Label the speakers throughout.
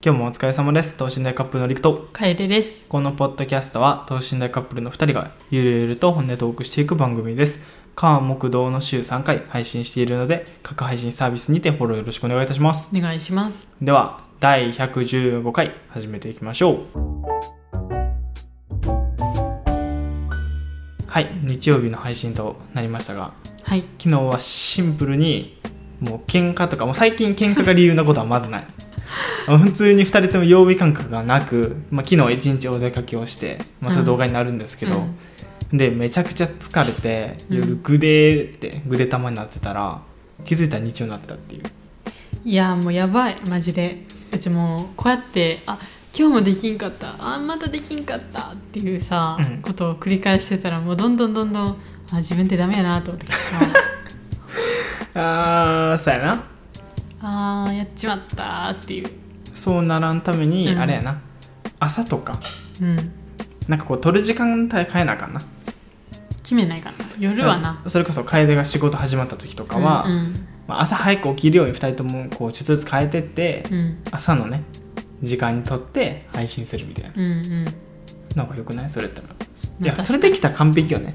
Speaker 1: 今日もお疲れ様です等身大カップルのりくと
Speaker 2: カエルです。
Speaker 1: このポッドキャストは等身大カップルの2人がゆるゆると本音トークしていく番組です火木道の週3回配信しているので各配信サービスにてフォローよろしくお願いいたします
Speaker 2: お願いします。
Speaker 1: では第115回始めていきましょうはい日曜日の配信となりましたが
Speaker 2: はい。
Speaker 1: 昨日はシンプルにもう喧嘩とかもう最近喧嘩が理由なことはまずない 普通に2人とも曜日感覚がなく、まあ、昨日一日お出かけをして、まあ、そういう動画になるんですけど、でめちゃくちゃ疲れて夜
Speaker 2: うん
Speaker 1: グデーってグデー玉になってたら気づいたら日曜になってたっていう
Speaker 2: いやーもうやばいマジで。うちもうこうやってあ今日もできんかったあまたできんかったっていうさ、
Speaker 1: うん
Speaker 2: ことを繰り返してたらもうどんどんどんどんあ自分ってダメやなと思ってきてしまう。
Speaker 1: あーそうやな
Speaker 2: あーやっちまったーっていう。
Speaker 1: そうならんために、
Speaker 2: うん
Speaker 1: あれやな朝とか
Speaker 2: うん。
Speaker 1: なんかこう撮る時間帯変えなあかんな
Speaker 2: 決めないかな。夜はな。
Speaker 1: それこそ楓が仕事始まった時とかは、
Speaker 2: うん
Speaker 1: まあ、朝早く起きるように2人ともこうちょっとずつ変えてって
Speaker 2: うんうん
Speaker 1: 朝のね時間にとって配信するみたいな
Speaker 2: うんうん。
Speaker 1: なんかよくないそれってのはい
Speaker 2: 確
Speaker 1: や
Speaker 2: かに
Speaker 1: それできたら完璧よね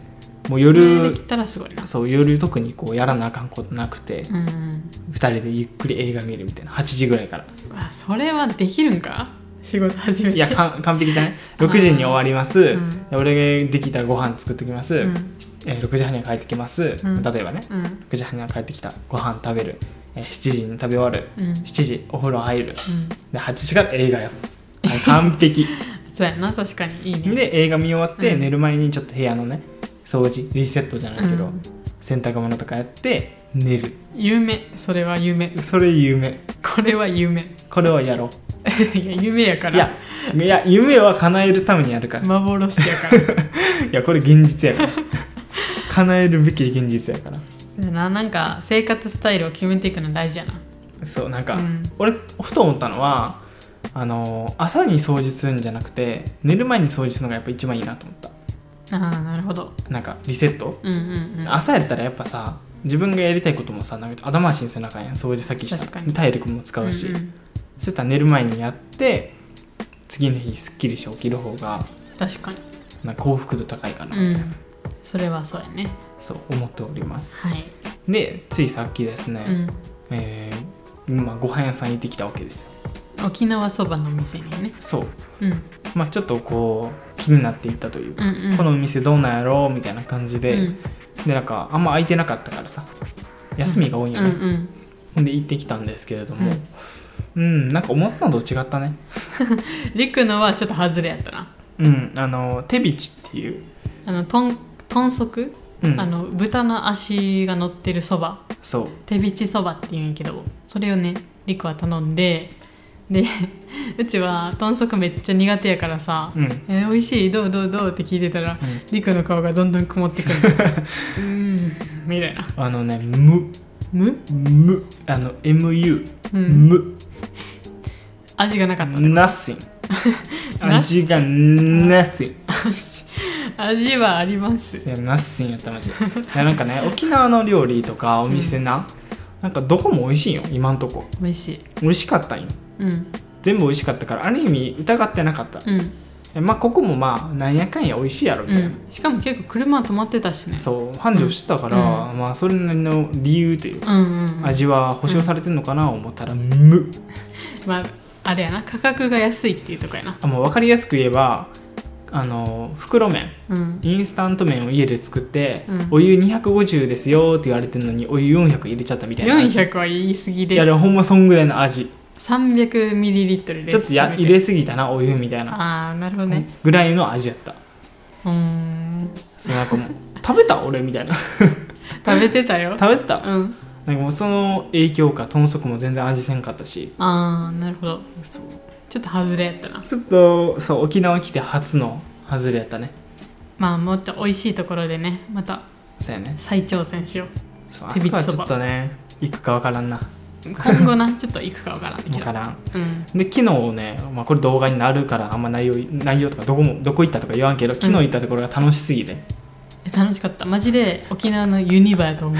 Speaker 1: もう
Speaker 2: それで
Speaker 1: 夜
Speaker 2: きたらすごいな。
Speaker 1: そう夜特にこうやらなあかんことなくて
Speaker 2: うんうん。
Speaker 1: 2人でゆっくり映画見るみたいな8時ぐらいから
Speaker 2: あそれはできるんか仕事始めて。
Speaker 1: いや かん完璧じゃない6時に終わります、
Speaker 2: うん
Speaker 1: で俺ができたらご飯作ってきます、
Speaker 2: うん
Speaker 1: えー6時半には帰ってきます、
Speaker 2: うん
Speaker 1: 例えばね
Speaker 2: うん
Speaker 1: 6時半には帰ってきたご飯食べる、えー7時に食べ終わる
Speaker 2: うん。うん
Speaker 1: 7時お風呂入るで8時から映画よもう完璧
Speaker 2: そうやな確かにいい ね
Speaker 1: で映画見終わって
Speaker 2: うん
Speaker 1: 寝る前にちょっと部屋のね掃除リセットじゃないけど、
Speaker 2: うん
Speaker 1: 洗濯物とかやって寝る
Speaker 2: 夢それは夢
Speaker 1: それ夢
Speaker 2: これは夢
Speaker 1: これをやろ
Speaker 2: いや夢やか
Speaker 1: ういや
Speaker 2: ら
Speaker 1: いや夢は叶えるためにやるから
Speaker 2: 幻やからそ
Speaker 1: いやこれ現実 やから叶えるべき現実やから
Speaker 2: うや ななんか生活スタイルを決めていくの大事やな
Speaker 1: そうなんか、
Speaker 2: うん
Speaker 1: 俺ふと思ったのはあの朝に掃除するんじゃなくて寝る前に掃除するのがやっぱ一番いいなと思った
Speaker 2: ああなるほど
Speaker 1: なんかリセット
Speaker 2: うんうんうん
Speaker 1: 朝やったらやっぱさ自分がやりたいこともさなんか頭回しにせなあかんやん掃除先した
Speaker 2: 確からに
Speaker 1: 体力も使うし、
Speaker 2: んん
Speaker 1: そういったら寝る前にやって次の日すっきりして起きる方が
Speaker 2: 確かに
Speaker 1: なんか幸福度高いかな、
Speaker 2: うんそれはそうやね
Speaker 1: そう思っております
Speaker 2: はい、
Speaker 1: でついさっきですね、
Speaker 2: うん、
Speaker 1: えーまあ、ご飯屋さん行ってきたわけですよ
Speaker 2: 沖縄そばの店にね、
Speaker 1: そう
Speaker 2: うん、
Speaker 1: まあちょっとこう気になっていったという
Speaker 2: う
Speaker 1: か、
Speaker 2: んうん
Speaker 1: このお店どうなんやろうみたいな感じで、
Speaker 2: うん
Speaker 1: でなんかあんま空いてなかったからさ休みが多いん
Speaker 2: うん
Speaker 1: よ
Speaker 2: う
Speaker 1: ね、
Speaker 2: ん
Speaker 1: ほんで行ってきたんですけれどもうん、なんか思ったのと違ったね
Speaker 2: りくのはちょっと外れやったな
Speaker 1: うんあの手びちっていう、
Speaker 2: あの豚豚足、
Speaker 1: うん、
Speaker 2: あの豚の足が乗ってるそば
Speaker 1: そう
Speaker 2: 手びちそばっていうんやけどそれをねりくは頼んでで うちは豚足めっちゃ苦手やからさ
Speaker 1: うん、
Speaker 2: 「えー美味しいどうどうどう?」って聞いてたら
Speaker 1: うん
Speaker 2: りくの顔がどんどん曇って くるうーんみたいな
Speaker 1: あのねむ
Speaker 2: 「む
Speaker 1: むあの MU、
Speaker 2: うん
Speaker 1: む
Speaker 2: 味 がなかった
Speaker 1: nothing 味が nothing
Speaker 2: 味はあります
Speaker 1: いや nothing やったマジでいやなんかね沖縄の料理とかお店な、なんかどこも美味しいよ今んとこ
Speaker 2: 美味しい
Speaker 1: 美味しかったんよ
Speaker 2: うん
Speaker 1: 全部美味しかったからある意味疑ってなかった、
Speaker 2: うん
Speaker 1: えまあここもまあなんやかんや美味しいやろみたいな、
Speaker 2: うんしかも結構車止まってたしね
Speaker 1: そう繁盛してたから、
Speaker 2: う
Speaker 1: まあそれなりの理由というか
Speaker 2: うんうんうん
Speaker 1: 味は保証されてるのかな思ったら、無
Speaker 2: まああれやな価格が安いっていうとこやな
Speaker 1: あもう分かりやすく言えばあの袋麺
Speaker 2: うん
Speaker 1: インスタント麺を家で作って、
Speaker 2: うん
Speaker 1: お湯250ですよって言われてるのにお湯400入れちゃったみたいな味
Speaker 2: 400は言い過ぎ
Speaker 1: いやです
Speaker 2: で
Speaker 1: もほんまそんぐらいの味
Speaker 2: 300ml です
Speaker 1: ちょっとや入れすぎたなお湯みたいな
Speaker 2: ああなるほどね
Speaker 1: ぐらいの味やった
Speaker 2: うーん
Speaker 1: そうなんかもう 食べた俺みたいな
Speaker 2: 食べてたよ
Speaker 1: 食べてた
Speaker 2: うん
Speaker 1: なんかもうその影響か豚足も全然味せんかったし
Speaker 2: ああなるほど
Speaker 1: そう
Speaker 2: ちょっと外れやったな
Speaker 1: ちょっとそう沖縄来て初のハズレやったね
Speaker 2: まあもっと美味しいところでねまた
Speaker 1: そうやね
Speaker 2: 再挑戦しよう
Speaker 1: そうあ
Speaker 2: 手
Speaker 1: そ
Speaker 2: び
Speaker 1: こ
Speaker 2: ち
Speaker 1: は
Speaker 2: そば
Speaker 1: ちょっとね行くかわからんな
Speaker 2: 今後 なちょっと行くかわからんけど
Speaker 1: わからん
Speaker 2: うん
Speaker 1: で昨日ね、まあ、これ動画になるからあんま内容内容とかどこもどこ行ったとか言わんけど昨日行ったところが楽しすぎて、
Speaker 2: え楽しかったマジで沖縄のユニバや と思うい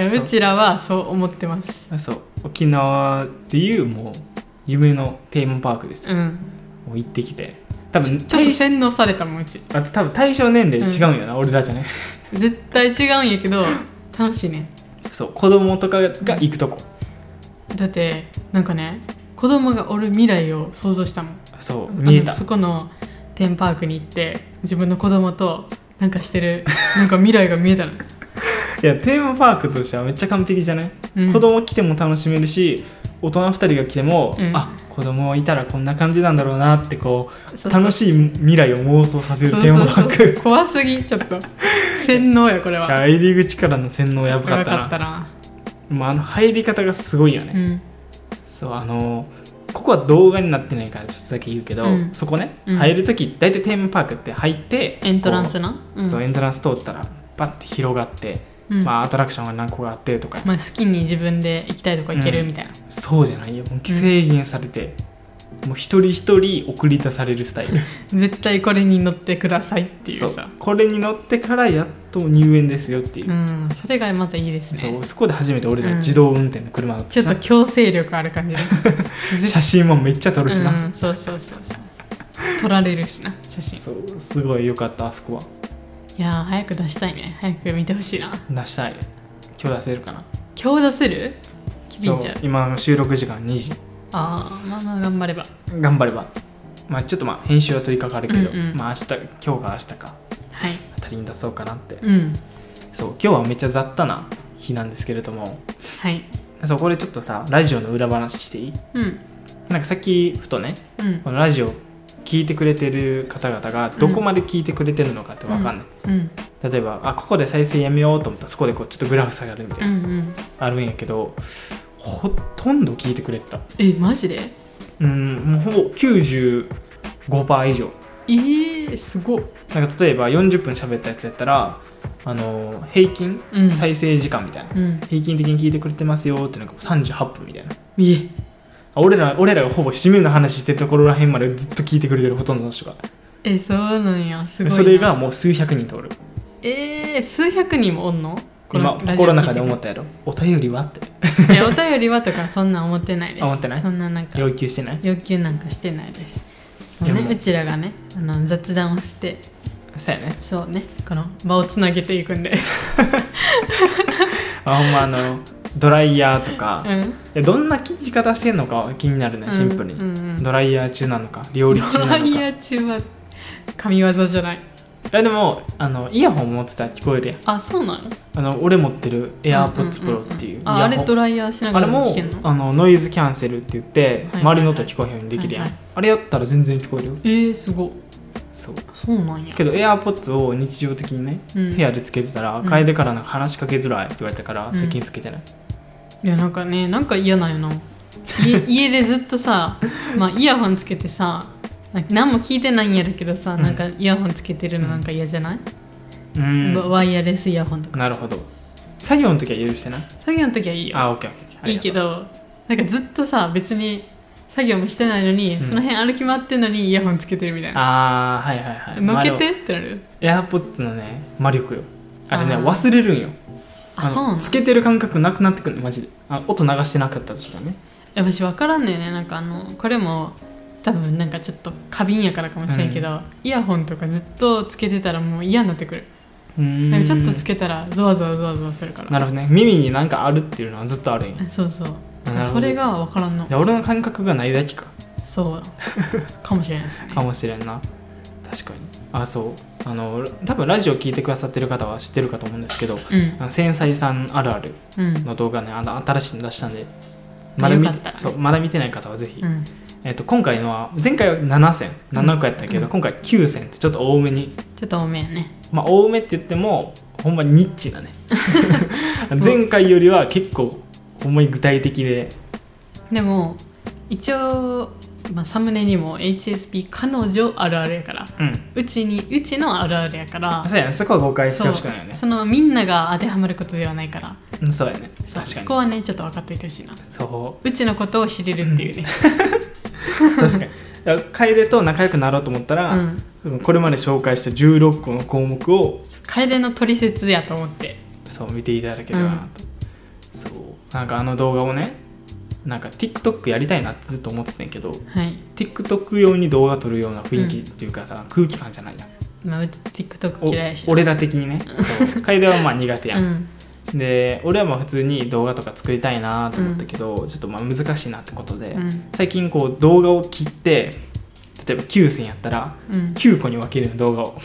Speaker 2: や
Speaker 1: そう
Speaker 2: うちらはそう思ってます
Speaker 1: そう沖縄っていうもう夢のテーマパークですよ
Speaker 2: うん
Speaker 1: もう行ってきて多分
Speaker 2: ちょっと
Speaker 1: 対
Speaker 2: 洗脳されたもんうち
Speaker 1: あ多分対象年齢違うんよな、俺らじゃね
Speaker 2: 絶対違うんや けど楽しいね
Speaker 1: そう子供とかが行くとこ
Speaker 2: だってなんかね子供がおる未来を想像したもん
Speaker 1: そう見え
Speaker 2: あの
Speaker 1: た
Speaker 2: そこのテンパークに行って自分の子供となんかしてるなんか未来が見えたの、
Speaker 1: いやテーマパークとしてはめっちゃ完璧じゃない、
Speaker 2: うん
Speaker 1: 子供来ても楽しめるし大人2人が来ても、
Speaker 2: うん
Speaker 1: あ子供いたらこんな感じなんだろうなってこう
Speaker 2: そうそう
Speaker 1: 楽しい未来を妄想させる
Speaker 2: そう
Speaker 1: テー
Speaker 2: そ
Speaker 1: マ
Speaker 2: う
Speaker 1: パ
Speaker 2: そう
Speaker 1: ーク
Speaker 2: 怖すぎちょっと洗脳やこれ
Speaker 1: い
Speaker 2: は
Speaker 1: や入り口からの洗脳やばかったな
Speaker 2: やばたな
Speaker 1: もうあの入り方がすごいよね、
Speaker 2: うん
Speaker 1: そうあのここは動画になってないからちょっとだけ言うけど、
Speaker 2: うん
Speaker 1: そこね、
Speaker 2: うん
Speaker 1: 入る時大体テーマパークって入って
Speaker 2: エントラン
Speaker 1: こ
Speaker 2: スな
Speaker 1: うそうエントランス通ったらバッて広がって、
Speaker 2: うん
Speaker 1: まあ、アトラクションが何個かあってとか
Speaker 2: まあ、好きに自分で行きたいとこ行けるみたいな、
Speaker 1: そうじゃないよもう制限されて、もう一人一人送り出されるスタイル
Speaker 2: 絶対これに乗ってくださいっていう
Speaker 1: そう
Speaker 2: さ
Speaker 1: これに乗ってからやっと入園ですよっていう
Speaker 2: う、んそれがまたいいです
Speaker 1: そ
Speaker 2: ね
Speaker 1: うそこで初めて俺
Speaker 2: う
Speaker 1: ら
Speaker 2: ん
Speaker 1: 自動運転の車乗っ
Speaker 2: ち
Speaker 1: て
Speaker 2: ょっ
Speaker 1: さ、
Speaker 2: と強制力ある感じ で絶
Speaker 1: 写真もめっちゃ撮るしな、
Speaker 2: うん、そうそうそうそう撮られるしな写真
Speaker 1: そうすごい良かったあそこはい
Speaker 2: やー早く出したいね早く見てほしいな
Speaker 1: 出したい今日出せるかな
Speaker 2: 今日出せるキビ
Speaker 1: 今
Speaker 2: ンちゃん
Speaker 1: 日今の収録時間2時
Speaker 2: ああまあまあ頑張れば
Speaker 1: 頑張ればまあちょっとまあ編集は取り掛かるけど、
Speaker 2: うんうん
Speaker 1: まあ明日今日か明日か
Speaker 2: はい
Speaker 1: あたりに出そうかなって
Speaker 2: うん
Speaker 1: そう今日はめっちゃ雑多な日なんですけれども
Speaker 2: はい
Speaker 1: そうこれちょっとさラジオの裏話していい
Speaker 2: うん
Speaker 1: なんかさっきふとね
Speaker 2: うん
Speaker 1: このラジオ聞いてくれてる方々がどこまで聞いてくれてるのかってわかんない、
Speaker 2: うん
Speaker 1: 例えばあここで再生やめようと思ったらそこでこうちょっとグラフ下がるみたい
Speaker 2: うん
Speaker 1: な、
Speaker 2: うん
Speaker 1: あるんやけどほとんど聞いてくれてた
Speaker 2: えマジで
Speaker 1: うんもうほぼ95%以上
Speaker 2: えー、すごっ
Speaker 1: なんか例えば40分喋ったやつやったらあの平均
Speaker 2: うん
Speaker 1: 再生時間みたいな、
Speaker 2: うん
Speaker 1: 平均的に聞いてくれてますよっていうのが38分みたいな
Speaker 2: ええ
Speaker 1: あ俺ら俺らがほぼ締めの話してるところらへんまでずっと聞いてくれてるほとんどの人が
Speaker 2: えそうなんやすごいな
Speaker 1: それがもう数百人通る
Speaker 2: えー、数百人もおんの
Speaker 1: 今
Speaker 2: ラジオ聞いて
Speaker 1: 心の中で思ったやろお便りはって
Speaker 2: いやお便りはとかそんなん思ってないです
Speaker 1: あ思ってない
Speaker 2: そんななんか
Speaker 1: 要求してない
Speaker 2: 要求なんかしてないです
Speaker 1: いや
Speaker 2: ね
Speaker 1: もう
Speaker 2: うちらがねあの雑談をして
Speaker 1: そうやね
Speaker 2: そうねこの場をつなげていくんで
Speaker 1: あほんまあ のドライヤーとか
Speaker 2: う、ん
Speaker 1: いやどんな切り方してんのかは気になるねシンプルに、
Speaker 2: うんうんうん
Speaker 1: ドライヤー中なのか料理中
Speaker 2: ド
Speaker 1: な
Speaker 2: ラ
Speaker 1: の
Speaker 2: イ
Speaker 1: か
Speaker 2: ヤー中は神業じゃない
Speaker 1: えでもあのイヤホン持ってたら聞こえるやん
Speaker 2: あそうなの
Speaker 1: あの俺持ってる AirPods
Speaker 2: うんうんうん
Speaker 1: Pro っていうイヤホン、
Speaker 2: ああれドライヤーしな
Speaker 1: あ
Speaker 2: が
Speaker 1: れ
Speaker 2: ら
Speaker 1: も
Speaker 2: 聞けんの
Speaker 1: あのノイズキャンセルって言って、
Speaker 2: はい
Speaker 1: 周りの音は聞こえへんようにできるやん、
Speaker 2: はいは
Speaker 1: あれやったら全然聞こえるよ
Speaker 2: えー、すごっ
Speaker 1: そう
Speaker 2: そうなんや
Speaker 1: けど AirPods を日常的にね、
Speaker 2: うん
Speaker 1: 部屋でつけてたら、
Speaker 2: うん
Speaker 1: 楓からなんか話しかけづらいって言われたから、
Speaker 2: ん
Speaker 1: 最近つけてない
Speaker 2: いやなんかねなんか嫌なんよ ない家でずっとさ、まあ、イヤホンつけてさなんか何も聞いてないんやるけどさ、
Speaker 1: うん
Speaker 2: なんかイヤホンつけてるのなんか嫌じゃない、
Speaker 1: うーん
Speaker 2: ワワイヤレスイヤホンとか
Speaker 1: なるほど作業の時は許してない
Speaker 2: 作業の時はいいよ
Speaker 1: あオッケーオッケーオッケーあり
Speaker 2: いい
Speaker 1: がと
Speaker 2: け
Speaker 1: う
Speaker 2: どなんかずっとさ別に作業もしてないのに、
Speaker 1: うん
Speaker 2: その辺歩き回ってんのにイヤホンつけてるみたい
Speaker 1: あ
Speaker 2: な
Speaker 1: ーはいはいはい
Speaker 2: のけてってなる
Speaker 1: エアポッ d のね魔力よあれね
Speaker 2: あー
Speaker 1: 忘れるんよ
Speaker 2: あ
Speaker 1: の
Speaker 2: そうなん
Speaker 1: つけてる感覚なくなってくるのマジであ音流してなかったとしたらね
Speaker 2: え私分からんのよねなんかあのこれも多分なんかちょっと過敏やからかもしれんけど、イヤホンとかずっとつけてたらもう嫌になってくる
Speaker 1: うーん
Speaker 2: なんかちょっとつけたらゾワゾワゾワゾワするから
Speaker 1: なるほどね耳になんかあるっていうのはずっとあるんよい
Speaker 2: そうそう
Speaker 1: なるほど
Speaker 2: それが分からんの
Speaker 1: や俺の感覚がないだけか
Speaker 2: そうかもしれないですね
Speaker 1: かもしれんな確かにあそうあの多分ラジオ聞いてくださってる方は知ってるかと思うんですけど
Speaker 2: うん
Speaker 1: あの繊細さんあるある
Speaker 2: うん
Speaker 1: の動画ねあの新しいの出したんで
Speaker 2: あ
Speaker 1: まだ見
Speaker 2: よか
Speaker 1: て
Speaker 2: った
Speaker 1: そうまだ見てない方はぜひ、
Speaker 2: うん
Speaker 1: えっと今回のは前回は7選7個やったけど、
Speaker 2: うん
Speaker 1: 今回9選ってちょっと多めに
Speaker 2: ちょっと多めやね
Speaker 1: まあ多めって言ってもほんまニッチなね 前回よりは結構ほんまに具体的で
Speaker 2: でも一応、まあ、サムネにも HSP 彼女あるあるやから
Speaker 1: うん
Speaker 2: うちにうちのあるあるやから
Speaker 1: そうやねそこは誤解して
Speaker 2: そう
Speaker 1: ほしくないよね
Speaker 2: そのみんなが当てはまることではないから
Speaker 1: うんそうやね
Speaker 2: そう
Speaker 1: 確
Speaker 2: そ
Speaker 1: か
Speaker 2: こはねちょっと分かっといてほしいな
Speaker 1: にそう
Speaker 2: うちのことを知れるっていうね、
Speaker 1: 確かにだから楓と仲良くなろうと思ったら、
Speaker 2: うん、
Speaker 1: これまで紹介した16個の項目を
Speaker 2: 楓の取説やと思って
Speaker 1: そう見ていただければなと、そうなんかあの動画をねなんか TikTok やりたいなってずっと思ってたんやけど
Speaker 2: はい
Speaker 1: TikTok 用に動画撮るような雰囲気っていうかさ、空気感じゃないやん
Speaker 2: まあうち TikTok
Speaker 1: お
Speaker 2: 嫌いやし
Speaker 1: 俺ら的にねそう楓はまあ苦手や、
Speaker 2: うんん
Speaker 1: で俺はまあ普通に動画とか作りたいなと思ったけど、ちょっとまあ難しいなってことで、
Speaker 2: うん
Speaker 1: 最近こう動画を切って例えば9選やったら
Speaker 2: うん
Speaker 1: 9個に分けるの動画を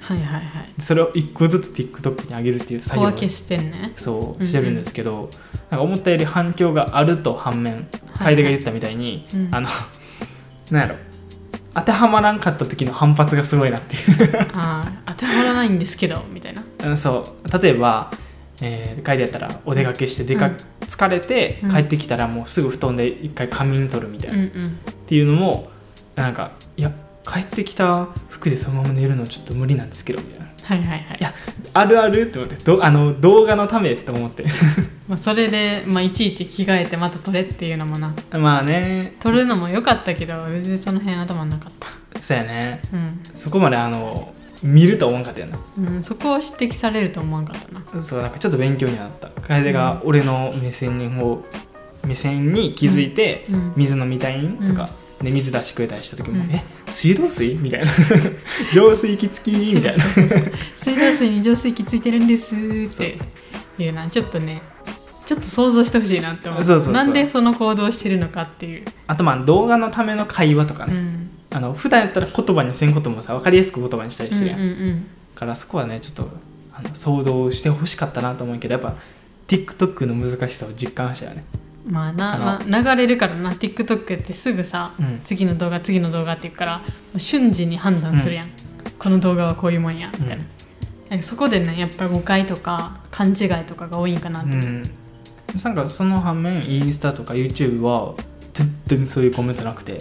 Speaker 2: はいはいはい
Speaker 1: それを1個ずつ TikTok に上げるっていう作
Speaker 2: 小
Speaker 1: 業を
Speaker 2: 分けしてんね
Speaker 1: そ
Speaker 2: うんう
Speaker 1: うんしてるんですけど、なんか思ったより反響があると反面
Speaker 2: はい
Speaker 1: 楓が言ったみたいに、
Speaker 2: うん
Speaker 1: あの なんやろ当てはまらんかった時の反発がすごいなっていう
Speaker 2: ああ当てはまらないんですけどみたいな
Speaker 1: うんそう例えば、えー、帰りやったらお出かけして出か、
Speaker 2: うん
Speaker 1: 疲れて
Speaker 2: うん
Speaker 1: 帰ってきたらもうすぐ布団で一回仮眠取るみたい
Speaker 2: う
Speaker 1: な、
Speaker 2: んう
Speaker 1: っ
Speaker 2: ん
Speaker 1: ていうのもなんかいや帰ってきた服でそのまま寝るのちょっと無理なんですけどみたいな
Speaker 2: はいはいはい
Speaker 1: いやあるあるって思ってどあの動画のためって思って
Speaker 2: まあ、それで、まあ、いちいち着替えてまた撮れっていうのもな
Speaker 1: まあね
Speaker 2: 撮るのも良かったけど全然その辺頭になかった
Speaker 1: そうやね
Speaker 2: うん、
Speaker 1: そこまであの見ると思わんかったよな
Speaker 2: うん、そこを指摘されると思わんかったな
Speaker 1: そうなんかちょっと勉強になった楓が俺の目線を目線に気づいて、
Speaker 2: うん
Speaker 1: 水飲みたいんとか、で水出してくれたりした時も「え水道水?」みたいな 「浄水器付き?」みたいな
Speaker 2: 水道水に浄水器ついてるんですっていうなちょっとねちょっと想像してほしいなって思う
Speaker 1: そうそうそう
Speaker 2: なんでその行動をしてるのかっていう、
Speaker 1: あとまあ動画のための会話とか
Speaker 2: う
Speaker 1: ね、
Speaker 2: ん、
Speaker 1: あの普段やったら言葉にせんこともさ分かりやすく言葉にしたり
Speaker 2: う
Speaker 1: し
Speaker 2: ん
Speaker 1: てる
Speaker 2: うん
Speaker 1: やん、
Speaker 2: うん
Speaker 1: からそこはねちょっとあの想像してほしかったなと思うけどやっぱ TikTok の難しさを実感したよね
Speaker 2: まあな
Speaker 1: あ
Speaker 2: まあ、流れるからな TikTok ってすぐさ、
Speaker 1: うん
Speaker 2: 次の動画次の動画って言うから瞬時に判断するやん、この動画はこういうもんやみたいな,、なんかそこでねやっぱ誤解とか勘違いとかが多いんかなっ
Speaker 1: う
Speaker 2: て、
Speaker 1: んなんかその反面インスタとか YouTube は全然そういうコメントなくて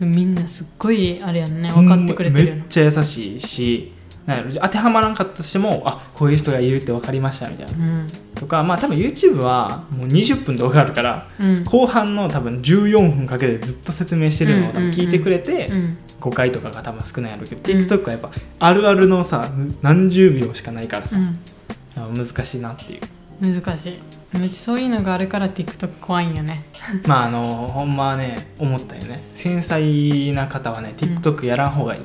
Speaker 2: みんなすっごいあれやんね分かってくれてるよ
Speaker 1: め
Speaker 2: な
Speaker 1: っちゃ優しいしなんやろ当てはまらんかったとしてもあこういう人がいるって分かりましたみたいな
Speaker 2: うん
Speaker 1: とかまあ多分 YouTube はもう20分動画あるから
Speaker 2: うん
Speaker 1: 後半の多分14分かけてずっと説明してるのを多分聞いてくれて
Speaker 2: うん
Speaker 1: 誤解とかが多分少ないやろうけど
Speaker 2: うん
Speaker 1: TikTok はやっぱあるあるのさ何十秒しかないからさ難しいなっていう
Speaker 2: うん難しいうちそういうのがあるから TikTok 怖いんよね
Speaker 1: まああのほんまはね思ったよね繊細な方はね TikTok やらん方がい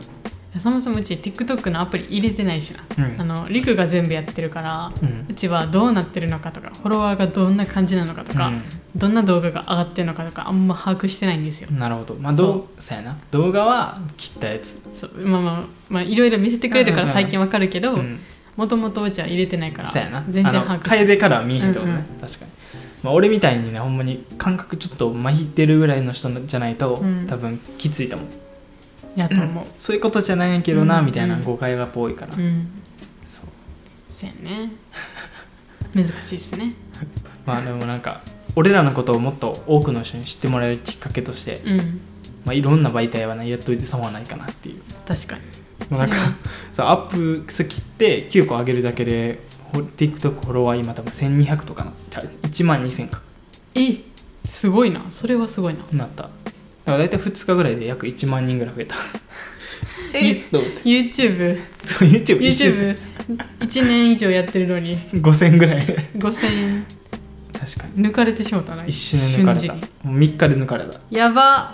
Speaker 1: い、
Speaker 2: そもそもうち TikTok のアプリ入れてないしな、
Speaker 1: うん
Speaker 2: あのリクが全部やってるから
Speaker 1: うん
Speaker 2: うちはどうなってるのかとかフォロワーがどんな感じなのかとか、どんな動画が上がってるのかとかあんま把握してないんですよ
Speaker 1: うん、なるほどまあ
Speaker 2: そう
Speaker 1: どうそうやな動画は切ったやつ、
Speaker 2: そうまあまあまあいろいろ見せてくれるか
Speaker 1: うん
Speaker 2: ら
Speaker 1: うんうん
Speaker 2: 最近わかるけど
Speaker 1: うん
Speaker 2: もともとうちは入れてないから
Speaker 1: そうやな
Speaker 2: 全然
Speaker 1: あの
Speaker 2: 把握して
Speaker 1: 楓からは見えへんってことね、
Speaker 2: うんうん
Speaker 1: 確かに、まあ、俺みたいにねほんまに感覚ちょっとまひってるぐらいの人じゃないと、
Speaker 2: うん
Speaker 1: 多分きついと思う
Speaker 2: やと思う
Speaker 1: そういうことじゃないんやけどな、
Speaker 2: うん
Speaker 1: みたいな
Speaker 2: うん
Speaker 1: 誤解が多いから、
Speaker 2: うん
Speaker 1: そう
Speaker 2: そうやね 難しいですね
Speaker 1: まあでもなんか俺らのことをもっと多くの人に知ってもらえるきっかけとして、
Speaker 2: うん
Speaker 1: まあ、いろんな媒体はねやっといて損はないかなっていう
Speaker 2: 確かに
Speaker 1: もうなんか
Speaker 2: それは
Speaker 1: そうアップス切って9個上げるだけでほ TikTok フォロワー今多分1200とかなちゃう1万2000か
Speaker 2: えすごいなそれはすごいな
Speaker 1: なっただから大体2日ぐらいで約1万人ぐらい増えたえっと思って
Speaker 2: YouTubeYouTube1
Speaker 1: そう YouTube 一周
Speaker 2: 年以上やってるのに
Speaker 1: 5000ぐらい
Speaker 2: 5000円
Speaker 1: 確かに
Speaker 2: 抜かれてしまったな
Speaker 1: 一瞬で抜かれ
Speaker 2: 瞬時
Speaker 1: た
Speaker 2: に
Speaker 1: もう3日で抜かれた
Speaker 2: やば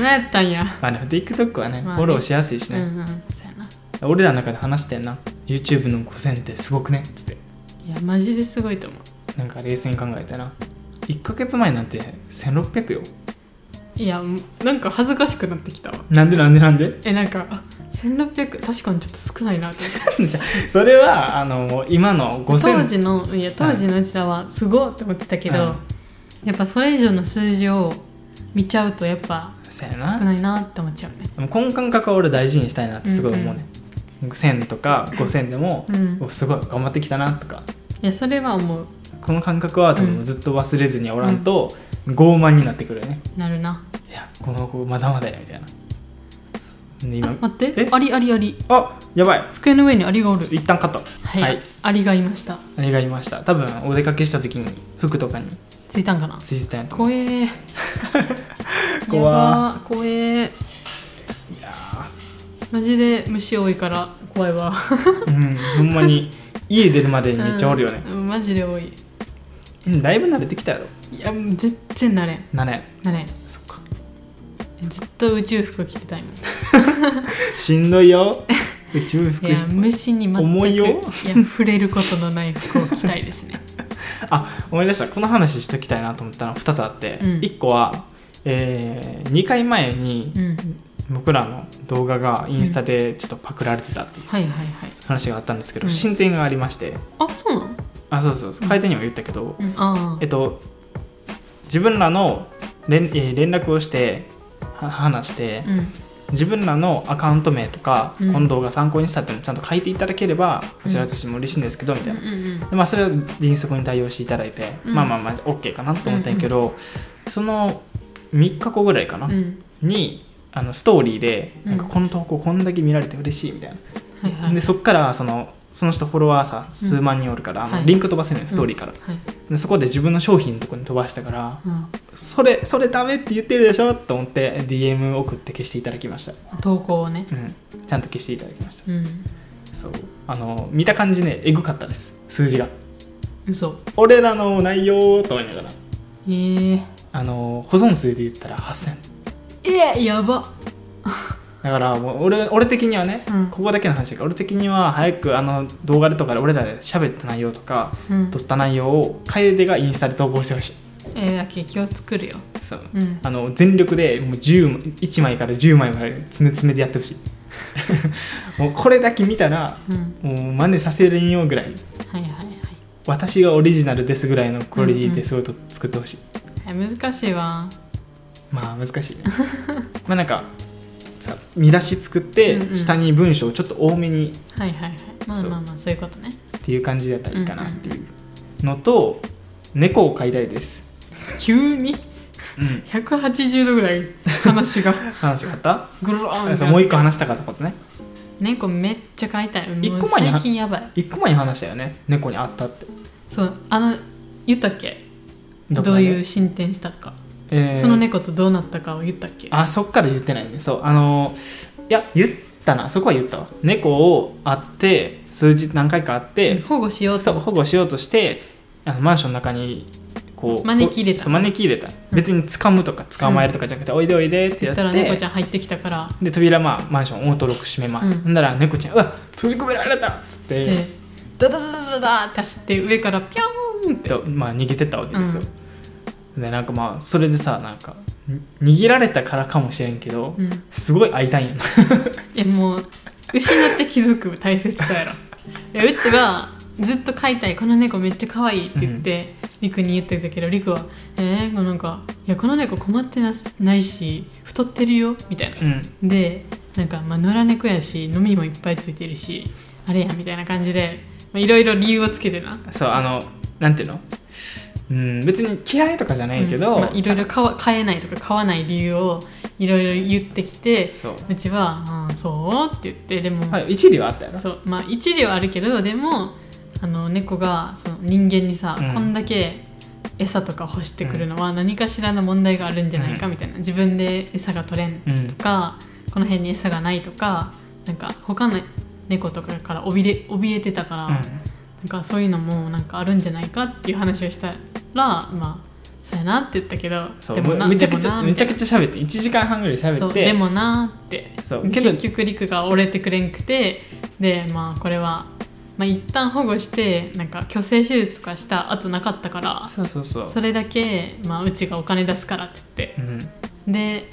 Speaker 2: 何やったんや
Speaker 1: まあでも TikTok はね,、
Speaker 2: まあね
Speaker 1: フォローしやすいし
Speaker 2: うんう
Speaker 1: ね、
Speaker 2: んそうやな
Speaker 1: 俺らの中で話してんな YouTube の5000ってすごくねっつって
Speaker 2: いやマジですごいと思う
Speaker 1: なんか冷静に考えたな1ヶ月前なんて1600よ
Speaker 2: いやなんか恥ずかしくなってきたわ
Speaker 1: なんでなんでなんで
Speaker 2: えなんかあ1600確かにちょっと少ないなって
Speaker 1: それはあのもう今の
Speaker 2: 当
Speaker 1: 5000
Speaker 2: 時のいや当時のうちらはすごいって思ってたけど、
Speaker 1: うん
Speaker 2: やっぱそれ以上の数字を見ちゃうとやっぱ
Speaker 1: そうや
Speaker 2: 少
Speaker 1: な
Speaker 2: ないなって思っちゃうね
Speaker 1: でもこの感覚は俺大事にしたいなってすごい思うね、1000とか5000でも、
Speaker 2: うん
Speaker 1: おすごい頑張ってきたなとか
Speaker 2: いやそれは思う
Speaker 1: この感覚は多
Speaker 2: う
Speaker 1: 分
Speaker 2: ん
Speaker 1: ずっと忘れずにおらんと、傲慢になってくるよね
Speaker 2: なるない
Speaker 1: やこの子まだまだやみたいなで
Speaker 2: あ
Speaker 1: 今
Speaker 2: 待って
Speaker 1: え
Speaker 2: アリアリアリ
Speaker 1: あやばいちょ
Speaker 2: 机の上にアリがおる
Speaker 1: っと一旦カット
Speaker 2: はい、
Speaker 1: はい
Speaker 2: アリがいました
Speaker 1: あれがいました多分お出かけした時に服とかに
Speaker 2: ついたんかな
Speaker 1: ついてたんやと思
Speaker 2: 怖えー
Speaker 1: 怖
Speaker 2: やばー怖えー
Speaker 1: ういや
Speaker 2: マジで虫多いから怖いわ
Speaker 1: ーうんほんまに家出るまでにめっちゃおるよね、
Speaker 2: うんマジで多い
Speaker 1: うんだいぶ慣れてきたやろ
Speaker 2: いやもう全然なれん
Speaker 1: 7年
Speaker 2: なれん
Speaker 1: そっか
Speaker 2: ずっと宇宙服着てたいもん
Speaker 1: しんどいよ宇宙服
Speaker 2: いや虫に全く
Speaker 1: 重いよ
Speaker 2: いや触れることのない服を着たいで すね
Speaker 1: あ思い出したこの話しときたいなと思ったの2つあって、
Speaker 2: うん
Speaker 1: 1個は、え2回前に
Speaker 2: うん
Speaker 1: 僕らの動画がインスタでちょっとパクられてたっていう
Speaker 2: はいはいはい
Speaker 1: 話があったんですけど、
Speaker 2: うん
Speaker 1: 進展がありまして
Speaker 2: あそうなの、
Speaker 1: あそうそうそう
Speaker 2: うん
Speaker 1: 回転にも言ったけど、
Speaker 2: うん、ああ
Speaker 1: えっと自分らの連,、えー連絡をしては話して、
Speaker 2: うん
Speaker 1: 自分らのアカウント名とか、
Speaker 2: うん
Speaker 1: この動画参考にしたっていうのをちゃんと書いていただければこちらとしても嬉しいんですけど、みたいな
Speaker 2: うんうん
Speaker 1: でまあ、それは迅速に対応していただいて、
Speaker 2: うん
Speaker 1: まあまあまあ OK かなと思ったんやけど、その3日後ぐらいかな、
Speaker 2: うんうん
Speaker 1: にあのストーリーで「
Speaker 2: うん
Speaker 1: なんかこの投稿こんだけ見られて嬉しい」みたいな、
Speaker 2: はいはい
Speaker 1: でそっからそのその人フォロワーさ数万人おるから、あ
Speaker 2: は
Speaker 1: の
Speaker 2: い
Speaker 1: リンク飛ばせるのよストーリーから、
Speaker 2: はい
Speaker 1: でそこで自分の商品のとこに飛ばしたから
Speaker 2: あ
Speaker 1: 「それそれダメって言ってるでしょ」と思って DM 送って消していただきました、
Speaker 2: あ投稿をね
Speaker 1: うん、ちゃんと消していただきました
Speaker 2: うん
Speaker 1: そうあの見た感じねえぐかったです数字が
Speaker 2: 嘘
Speaker 1: 俺らの内容と思いながら
Speaker 2: えー、
Speaker 1: あの保存数で言ったら8000
Speaker 2: えー、やば
Speaker 1: だからもう俺俺的にはね、
Speaker 2: うん
Speaker 1: ここだけの話だから俺的には早くあの動画でとかで俺らで喋った内容とか
Speaker 2: うん
Speaker 1: 撮った内容を楓がインスタで投稿してほしい
Speaker 2: えー、だけ気を作るよ
Speaker 1: そう
Speaker 2: うん
Speaker 1: あの全力でもう10 1枚から10枚まで詰め詰めでやってほし いもうこれだけ見たら
Speaker 2: うん
Speaker 1: もう真似させれんよぐらい
Speaker 2: はいはいはい
Speaker 1: 私がオリジナルですぐらいのクオリティですごいと作ってほしい、
Speaker 2: えー難しいわ
Speaker 1: まあ難 しいねまあなんかさ見出し作って、
Speaker 2: うんうん
Speaker 1: 下に文章をちょっと多めに
Speaker 2: はいはいはいまあまあまあそういうことね
Speaker 1: っていう感じだったらいいかなっていうのと、猫を飼いたいです、
Speaker 2: 急に
Speaker 1: うん、
Speaker 2: 180度ぐらい話 が
Speaker 1: 話があった
Speaker 2: ぐるーん
Speaker 1: あそうもう一個話したかったことね
Speaker 2: 猫めっちゃ飼いたい
Speaker 1: 一
Speaker 2: もう
Speaker 1: 個前に
Speaker 2: 最近やばい
Speaker 1: 一個前に話したよね猫に会ったって
Speaker 2: そうあの言ったっけ
Speaker 1: どこ
Speaker 2: どう
Speaker 1: まで
Speaker 2: いう進展したか、
Speaker 1: えー
Speaker 2: その猫とどうなったかを言ったっけ
Speaker 1: あそっから言ってないねそうあのいや言ったなそこは言ったわ猫を会って数日何回か会って、
Speaker 2: 保護しよう
Speaker 1: そ
Speaker 2: と
Speaker 1: う保護しようとしてあのマンションの中にこう
Speaker 2: 招き入れた
Speaker 1: そう招き入れた別に掴むとか捕まえるとかじゃなくて、おいでおいでってやっ
Speaker 2: 言ってたら猫ちゃん入ってきたから
Speaker 1: で扉まあマンションオートロック閉めます、
Speaker 2: うん
Speaker 1: ほん、なら猫ちゃん「うわ閉じ込められた!」っつって、
Speaker 2: でダダダダダダって走って上からピョーンって
Speaker 1: とまあ、逃げてったわけですよ、でなんかまあそれでさなんかに逃げられたからかもしれんけど、
Speaker 2: うん
Speaker 1: すごい会いたいんやな
Speaker 2: いやもう失って気づく大切さやろいやうちはずっと飼いたいこの猫めっちゃ可愛いって言って、りくに言ってたけどりくは「えー、もうなんかいやこの猫困ってなないし太ってるよ」みたいな
Speaker 1: うん
Speaker 2: でなんかまあ野良猫やし飲みもいっぱいついてるしあれやみたいな感じでまあいろいろ理由をつけてな
Speaker 1: そうあのなんていうのうん別に嫌いとかじゃないけど、
Speaker 2: うんまあいろいろ買わ買えないとか買わない理由をいろいろ言ってきて
Speaker 1: そう
Speaker 2: うちは「うんそう?」って言ってでも、
Speaker 1: まあ一理はあったやろ
Speaker 2: そうまあ一理はあるけどでもあの猫がその人間にさ、
Speaker 1: うん
Speaker 2: こんだけ餌とか欲してくるのは何かしらの問題があるんじゃないかみたいな、自分で餌が取れん
Speaker 1: うん
Speaker 2: とかこの辺に餌がないとかなんか他の猫とかから怯え怯えてたから、
Speaker 1: うん
Speaker 2: なんかそういうのもなんかあるんじゃないかっていう話をしたらまあそうやなって言ったけど
Speaker 1: そう
Speaker 2: でも
Speaker 1: む
Speaker 2: な
Speaker 1: めちゃくち
Speaker 2: でも
Speaker 1: ゃ
Speaker 2: な
Speaker 1: めちゃくちゃ喋って1時間半ぐらい喋
Speaker 2: そ
Speaker 1: っ
Speaker 2: うで
Speaker 1: て
Speaker 2: もなーって
Speaker 1: そうけど
Speaker 2: 結局リクが折れてくれんくてでまあこれは、まあ、一旦保護してなんか虚勢手術とかした後なかったから
Speaker 1: そうそうそう
Speaker 2: それだけ、まあ、うちがお金出すからって言って
Speaker 1: うん
Speaker 2: で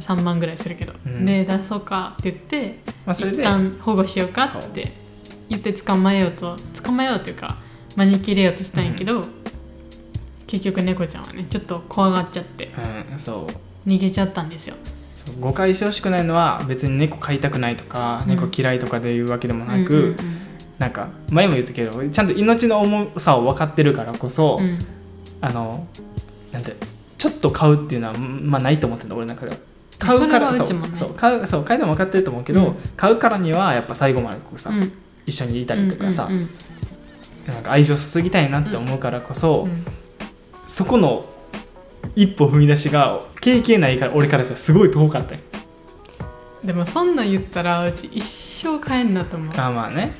Speaker 2: 3万ぐらいするけど、
Speaker 1: うん
Speaker 2: で出そうかって言って
Speaker 1: まあそれ
Speaker 2: 一
Speaker 1: で
Speaker 2: 旦保護しようかって言って捕まえようと捕まえようというか招き入れようとしたんやけど、結局猫ちゃんはねちょっと怖がっちゃって
Speaker 1: うんそう
Speaker 2: 逃げちゃったんですよ。
Speaker 1: そう誤解してほしくないのは別に猫飼いたくないとか、
Speaker 2: うん
Speaker 1: 猫嫌いとかでいうわけでもなく、
Speaker 2: うん
Speaker 1: なんか前も言ったけどちゃんと命の重さを分かってるからこそ、
Speaker 2: うんうんうん
Speaker 1: あのなんてちょっと買うっていうのはまあないと思ってんだ俺の中では。買うから
Speaker 2: それはうちも
Speaker 1: う
Speaker 2: ね
Speaker 1: そう買うそう買うのも分かってると思うけど、
Speaker 2: うん
Speaker 1: 買うからにはやっぱ最後までこうさ、
Speaker 2: うん
Speaker 1: 一緒にいたりとかさ、
Speaker 2: うんうんうん
Speaker 1: なんか愛情注ぎたいなって思うからこそ、
Speaker 2: うん
Speaker 1: そこの一歩踏み出しが経験ないから俺からしたらすごい遠かったよ
Speaker 2: でもそんなん言ったらうち一生帰んなと思う
Speaker 1: あまあね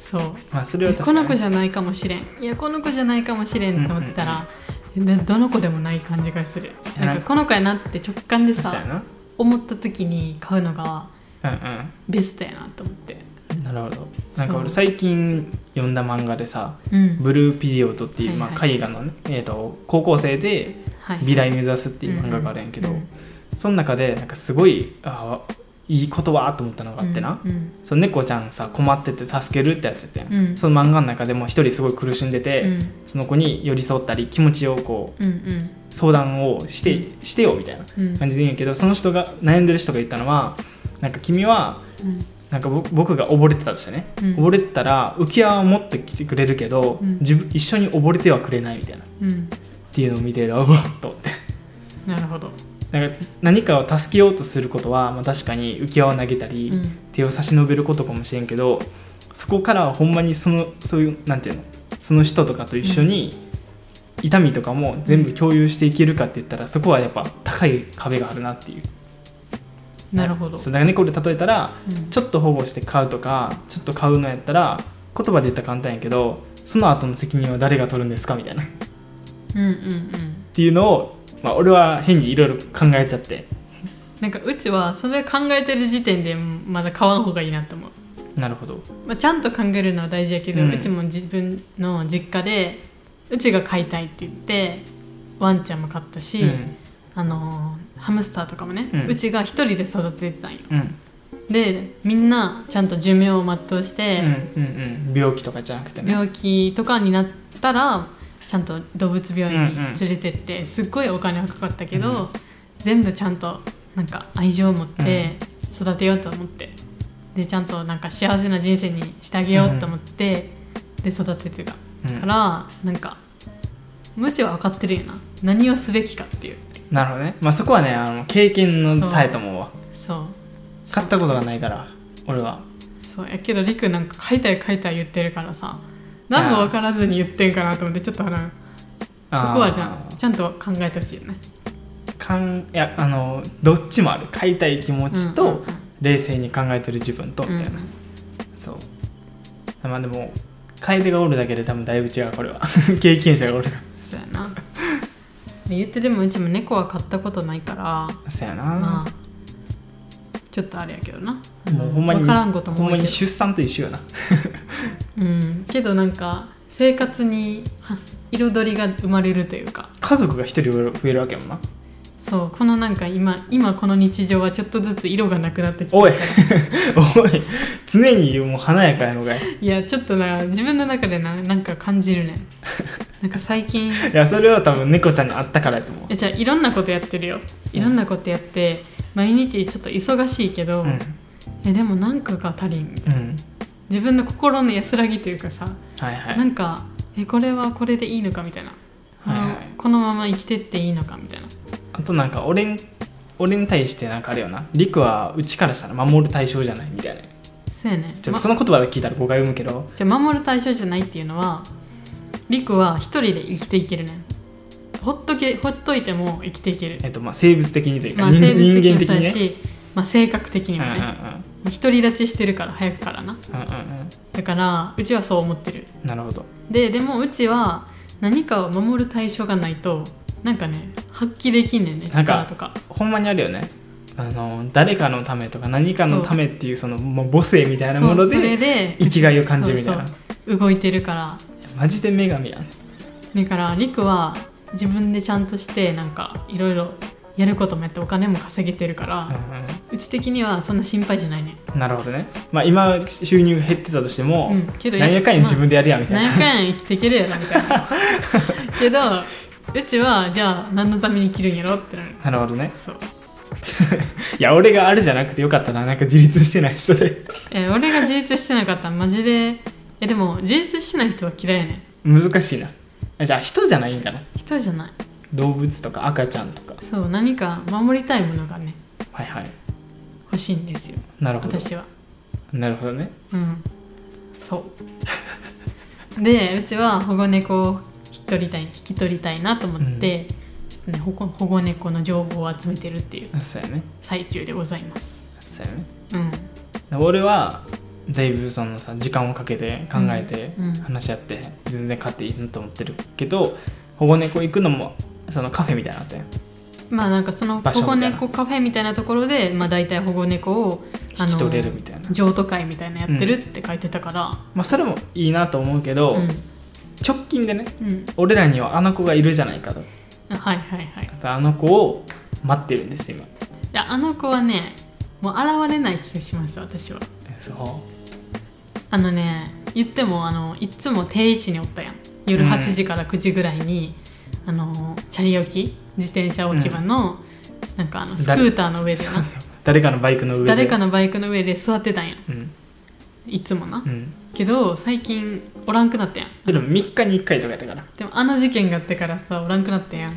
Speaker 2: そう
Speaker 1: まあそ
Speaker 2: い
Speaker 1: れは
Speaker 2: や
Speaker 1: 確
Speaker 2: こ
Speaker 1: か
Speaker 2: の
Speaker 1: に
Speaker 2: 子じゃないかもしれんいやこの子じゃないかもしれんと思ってたら、でどの子でもない感じがする
Speaker 1: いや
Speaker 2: なんかこの子やなって直感で
Speaker 1: そうや
Speaker 2: さ
Speaker 1: な
Speaker 2: 思った時に買うのが
Speaker 1: うん
Speaker 2: ベストやなと思って
Speaker 1: うんなるほどなん
Speaker 2: そ
Speaker 1: か
Speaker 2: う
Speaker 1: 俺最近読んだ漫画でさ
Speaker 2: うん
Speaker 1: ブルーピリオドっていう、
Speaker 2: はいはい
Speaker 1: まあ、絵画のね、えー、と高校生で
Speaker 2: はい
Speaker 1: 美大目指すっていう漫画があるんやけど、
Speaker 2: うんうん
Speaker 1: その中でなんかすごいあーいいことはと思ったのがあってな、
Speaker 2: うん
Speaker 1: その猫ちゃんさ困ってて助けるってやつやってん、
Speaker 2: うん
Speaker 1: その漫画の中でも一人すごい苦しんでて、
Speaker 2: うん
Speaker 1: その子に寄り添ったり気持ちをこう
Speaker 2: うんうん
Speaker 1: 相談をして,、してよみたいな
Speaker 2: うん
Speaker 1: 感じで言うんやけどその人が悩んでる人が言ったのはなんか君は
Speaker 2: うん
Speaker 1: なんかぼ僕が溺れてたとしてね、
Speaker 2: うん
Speaker 1: 溺れてたら浮き輪を持ってきてくれるけど、
Speaker 2: うん
Speaker 1: 自分一緒に溺れてはくれないみたいなっ
Speaker 2: うん
Speaker 1: ていうのを見てるうわっと思って
Speaker 2: なるほど、
Speaker 1: なんか何かを助けようとすることは、まあ、確かに浮き輪を投げたり、
Speaker 2: うん
Speaker 1: 手を差し伸べることかもしれんけどそこからはほんまにそのそういうなんていうのその人とかと一緒に痛みとかも全部共有していけるかって言ったらそこはやっぱ高い壁があるなっていう
Speaker 2: なるほど、
Speaker 1: そうだからねこれ例えたら
Speaker 2: うん
Speaker 1: ちょっと保護して買うとかちょっと買うのやったら言葉で言ったら簡単やけどその後の責任は誰が取るんですかみたいなっ
Speaker 2: うんうんうん
Speaker 1: ていうのを、まあ、俺は変にいろいろ考えちゃって
Speaker 2: なんかうちはそれ考えてる時点でまだ買わん方がいいなと思う
Speaker 1: なるほど
Speaker 2: まあ、ちゃんと考えるのは大事やけど、
Speaker 1: う
Speaker 2: うんちも自分の実家でうちが飼いたいって言ってワンちゃんも飼ったし、
Speaker 1: うん
Speaker 2: あのーハムスターとかもね、
Speaker 1: う
Speaker 2: うんちが一人で育ててたんよ
Speaker 1: うん
Speaker 2: でみんなちゃんと寿命を全うし
Speaker 1: うん
Speaker 2: て、
Speaker 1: うんうん病気とかじゃなくてね
Speaker 2: 病気とかになったらちゃんと動物病院に
Speaker 1: うんうん
Speaker 2: 連れてって、すっごいお金はかかったけど、
Speaker 1: うん
Speaker 2: 全部ちゃんとなんか愛情を持って育てようと思って、でちゃんとなんか幸せな人生にしてあげようと思って、で育ててた
Speaker 1: うん
Speaker 2: から、なんか無知は分かってるよな何をすべきかっていう
Speaker 1: なるほどね、まあ、そこはねあの経験の差やと思うわ
Speaker 2: そう
Speaker 1: 買ったことがないから俺は
Speaker 2: そうやけどりくなんか書いたい書いたい言ってるからさ何も分からずに言ってんかなと思ってちょっとあのそこはじゃ
Speaker 1: あ
Speaker 2: んちゃんと考えてほしいよね
Speaker 1: ーかんいやあのどっちもある買いたい気持ちと、
Speaker 2: うんうんうん
Speaker 1: 冷静に考えてる自分とみたいな、
Speaker 2: うん
Speaker 1: そうまあでも楓がおるだけで多分だいぶ違うこれは 経験者がおるか
Speaker 2: そうやなで言ってでもうちも猫は飼ったことないから
Speaker 1: らそうやな、
Speaker 2: まあちょっとあれやけどな
Speaker 1: もうほんまに
Speaker 2: 分からんこと
Speaker 1: ほ
Speaker 2: も
Speaker 1: ん
Speaker 2: 多
Speaker 1: ま
Speaker 2: い
Speaker 1: に
Speaker 2: けど
Speaker 1: 出産と一緒よな
Speaker 2: うんけどなんか生活には彩りが生まれるというか
Speaker 1: 家族が一人増えるわけやもんな
Speaker 2: そうこのなんか今今この日常はちょっとずつ色がなくなってきて
Speaker 1: おいおい常にもう華やかやのかい
Speaker 2: いやちょっとな自分の中でななんか感じるねんなんか最近い
Speaker 1: いやそれは多分猫ちゃんにあったからやと思う
Speaker 2: やじゃあいろんなことやってるよいろんなことやって、毎日ちょっと忙しいけど、
Speaker 1: うん
Speaker 2: いやでもなんかが足りん
Speaker 1: うん
Speaker 2: 自分の心の安らぎというかさ、
Speaker 1: はいはい
Speaker 2: なんかえこれはこれでいいのかみたいな、
Speaker 1: はいはい
Speaker 2: あのこのまま生きてっていいのかみたいな
Speaker 1: あとなんか俺に俺に対してなんかあれよな陸はうちからしたら守る対象じゃないみたいな
Speaker 2: そうやね
Speaker 1: ちょっ
Speaker 2: ま
Speaker 1: とその言葉で聞いたら誤解生むけど
Speaker 2: じゃあ守る対象じゃないっていうのはリクは一人で生きていけるねんほっとけほっといても生きていける
Speaker 1: えっとまあ生物的にというか、
Speaker 2: まあ
Speaker 1: 人
Speaker 2: 生物的に
Speaker 1: 人間
Speaker 2: も
Speaker 1: 的
Speaker 2: そう
Speaker 1: に
Speaker 2: や
Speaker 1: ね
Speaker 2: し、まあ、性格的
Speaker 1: う
Speaker 2: に
Speaker 1: んう
Speaker 2: も
Speaker 1: ん
Speaker 2: ね、まあ独り立ちしてるから早くからな
Speaker 1: うんうんうん
Speaker 2: だからうちはそう思ってる
Speaker 1: うんなるほど
Speaker 2: ででもうちは何かを守る対象がないとなんかね発揮できんねんね
Speaker 1: なんか
Speaker 2: 力とか
Speaker 1: ほんまにあるよねあの誰かのためとか何かのためっていうそのもう母性みたいなもの
Speaker 2: そうそ
Speaker 1: で
Speaker 2: れで
Speaker 1: 生きがいを感じるみたいな
Speaker 2: そうそう動いてるから
Speaker 1: マジで女神やね
Speaker 2: だからりくは自分でちゃんとしてなんかいろいろやることもやってお金も稼げてるから、
Speaker 1: う
Speaker 2: うち的にはそんな心配じゃないね
Speaker 1: んなるほどねまあ今収入が減ってたとしても、
Speaker 2: うんけど
Speaker 1: なんやかんや
Speaker 2: まあ
Speaker 1: 自分でやるやんみたいな、
Speaker 2: 何百円生きていけるやろみたい なけどうちはじゃあ何のために生きるんやろってなる
Speaker 1: なるほどね
Speaker 2: そう、
Speaker 1: いや俺があれじゃなくてよかったななんか自立してない人で
Speaker 2: えー俺が自立してなかったらマジでいやでも自立してない人は嫌いやねん
Speaker 1: 難しいなあじゃあ人じゃないんかな
Speaker 2: 人じゃない
Speaker 1: 動物とか赤ちゃんとか
Speaker 2: そう何か守りたいものがね
Speaker 1: はいはい
Speaker 2: 欲しいんですよ
Speaker 1: なるほど
Speaker 2: 私は
Speaker 1: なるほどね
Speaker 2: うんそうでうちは保護猫を引き取りたい引き取りたいなと思って、ちょっとね保護保護猫の情報を集めてるっていう
Speaker 1: そうやね
Speaker 2: 最中でございます
Speaker 1: そうやね
Speaker 2: うん
Speaker 1: 俺はだいぶそのさ時間をかけて考えて
Speaker 2: うんうん
Speaker 1: 話し合って全然飼っていいなと思ってるけど保護猫行くのもそのカフェみたいなのあったよ
Speaker 2: まあなんかその
Speaker 1: 場所
Speaker 2: 保
Speaker 1: みた
Speaker 2: 護
Speaker 1: いな
Speaker 2: 猫カフェみたいなところで、まあ、大体保護猫をあ
Speaker 1: 引き
Speaker 2: の
Speaker 1: 取れるみたいな、
Speaker 2: 譲渡会みたいなやってるって書いてたか
Speaker 1: まあ、それもいいなと思うけど、
Speaker 2: ら、うん
Speaker 1: 直近でね
Speaker 2: うん
Speaker 1: 俺らにはあの子がいるじゃないかと
Speaker 2: はいはいはい
Speaker 1: あとあの子を待ってるんです今
Speaker 2: いやあの子はねもう現れない気がします私は
Speaker 1: そ
Speaker 2: あのね言ってもあのいっつも定位置におったやん夜
Speaker 1: うん
Speaker 2: 8時から9時ぐらいに、あのチャリ置き自転車置き場の、なんかあのスク
Speaker 1: 誰
Speaker 2: ーターの上でな
Speaker 1: う誰 かのバイクの上で
Speaker 2: 誰かのバイクの上で座ってたんや
Speaker 1: うん
Speaker 2: いっつもな、
Speaker 1: うん
Speaker 2: けど最近おらんくなったやん
Speaker 1: でも3日に1回とかやったから
Speaker 2: でもあの事件があってからさおらんくなったやん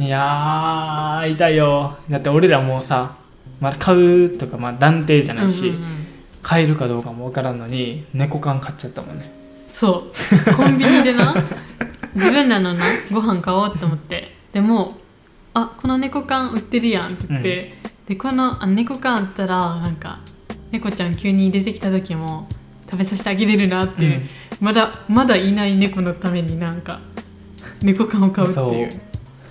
Speaker 1: いやー痛いよだって俺らもうさ、まあ、買うとかまあ断定じゃないし、
Speaker 2: うんうんうん
Speaker 1: 買えるかどうかも分からんのに猫缶買っちゃったもんね
Speaker 2: そうコンビニでな自分らのなご飯買おうと思ってでもあこの猫缶売ってるやんって言って、でこのあ猫缶あったらなんか猫ちゃん急に出てきた時も食べさせてあげれるなってい
Speaker 1: う
Speaker 2: う、
Speaker 1: ん
Speaker 2: まだまだいない猫のためになんか猫缶を買うっていう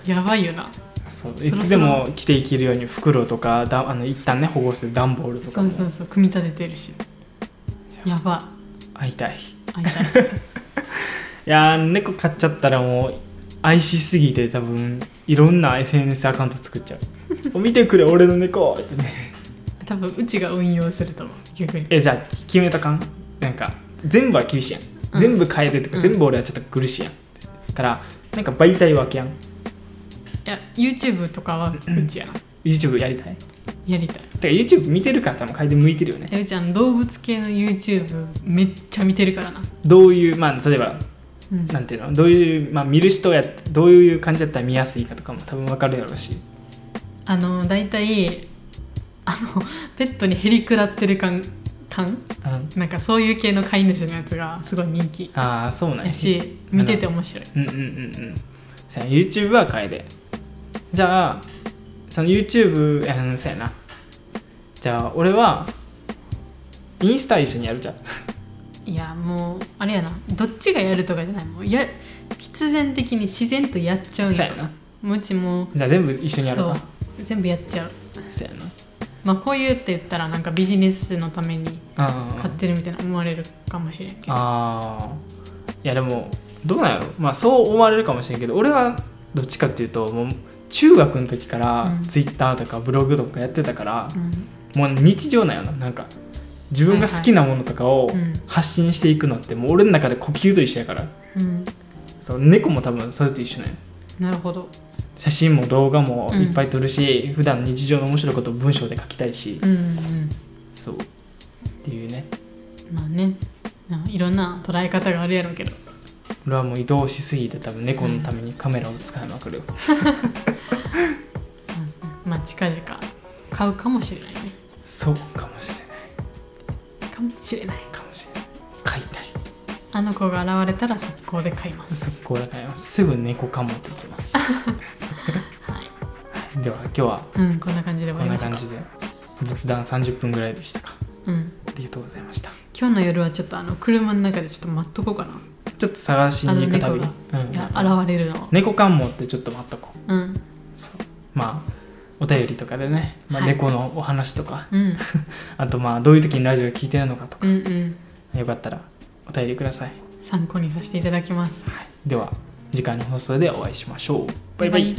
Speaker 2: やばいよな
Speaker 1: そう
Speaker 2: そろ
Speaker 1: いつでも着ていけるように袋とかだあの一旦ね保護する段ボールとか
Speaker 2: そ
Speaker 1: も
Speaker 2: うそうそう組み立ててるしやば
Speaker 1: あ痛い
Speaker 2: い会い たい
Speaker 1: いやー猫飼っちゃったらもう愛しすぎて多分いろんな SNS アカウント作っちゃ う見てくれ俺の猫ってね
Speaker 2: 多分うちが運用すると思う逆に
Speaker 1: えじゃあき決めとかんなんか全部は厳しいやん、
Speaker 2: うん
Speaker 1: 全部変えてとか、
Speaker 2: うん
Speaker 1: 全部俺はちょっと苦しいやんだからなんか媒体分けやん
Speaker 2: いや YouTube とかはうちやな
Speaker 1: YouTube やりたい
Speaker 2: やりたい
Speaker 1: てか YouTube 見てるから多分変えて向いてるよね
Speaker 2: えうちゃん動物系の YouTube めっちゃ見てるからな
Speaker 1: どういうまあ例えば
Speaker 2: うん
Speaker 1: なんていうのどういう、まあ、見る人やどういう感じだったら見やすいかとかも多分分かるやろうし
Speaker 2: あの大体あのペットにへりくらってる感感
Speaker 1: うん
Speaker 2: なんかそういう系の飼い主のやつがすごい人気
Speaker 1: ああそうなん
Speaker 2: や
Speaker 1: や
Speaker 2: し見てて面白い
Speaker 1: うんうんうんうんそうや YouTube は楓でじゃあその YouTube うんそうやなじゃあ俺はインスタ一緒にやるじゃん
Speaker 2: いやもうあれやなどっちがやるとかじゃないもうや必然的に自然とやっちゃうん
Speaker 1: そう
Speaker 2: や
Speaker 1: やな
Speaker 2: もううちもう
Speaker 1: じゃあ全部一緒にやる
Speaker 2: そ
Speaker 1: か
Speaker 2: う全部やっちゃう
Speaker 1: そうや
Speaker 2: まあこういうって言ったらなんかビジネスのために
Speaker 1: なうんうんうん
Speaker 2: 買ってるみたいな思われるかもしれんけど
Speaker 1: あーいやでもどうなんやろまあそう思われるかもしれんけど俺はどっちかっていうともう中学の時か
Speaker 2: う
Speaker 1: ら
Speaker 2: ん
Speaker 1: Twitter とかブログとかやってたから
Speaker 2: う、ん
Speaker 1: もう日常なんやななんか自分が好きなものとかを
Speaker 2: うん
Speaker 1: 発信していくのってもう俺の中で呼吸と一緒やから
Speaker 2: うん
Speaker 1: そう猫も多分それと一緒ね
Speaker 2: なるほど
Speaker 1: 写真も動画も
Speaker 2: うん
Speaker 1: いっぱい撮るし、普段日常の面白いことを文章で書きたいし、
Speaker 2: うんうん
Speaker 1: そうっていうね
Speaker 2: まあねなんかいろんな捉え方があるやろうけど
Speaker 1: 俺はもう移動しすぎて多分猫のためにカメラを使いまくるよ、
Speaker 2: まあ近々買うかもしれないね
Speaker 1: そうかもしれない
Speaker 2: かもしれない
Speaker 1: かもしれない買いたい
Speaker 2: あの子が現れたら速攻で買います
Speaker 1: そこら買いますすぐ猫かもって言ってます
Speaker 2: は い、
Speaker 1: では今日は
Speaker 2: うん、こんな感じで終
Speaker 1: こ
Speaker 2: わ
Speaker 1: ん
Speaker 2: り
Speaker 1: な
Speaker 2: ましょう
Speaker 1: 感
Speaker 2: か
Speaker 1: じで雑談30分ぐらいでしたか
Speaker 2: うん、
Speaker 1: ありがとうございました
Speaker 2: 今日の夜はちょっとあの車の中でちょっと待っとこうかな、
Speaker 1: ちょっと探しに行くたび
Speaker 2: あの
Speaker 1: うん
Speaker 2: いや現れるのを
Speaker 1: 猫かもってちょっと待っとこう
Speaker 2: うん
Speaker 1: そうまあお便りとかでね、まあ、
Speaker 2: はい
Speaker 1: 猫のお話とか、
Speaker 2: うん
Speaker 1: あとまあどういう時にラジオ聞いてるのかとか
Speaker 2: うんうん
Speaker 1: よかったらお便りください、
Speaker 2: 参考にさせていただきます
Speaker 1: はい、では次回の放送でお会いしましょうバイバイ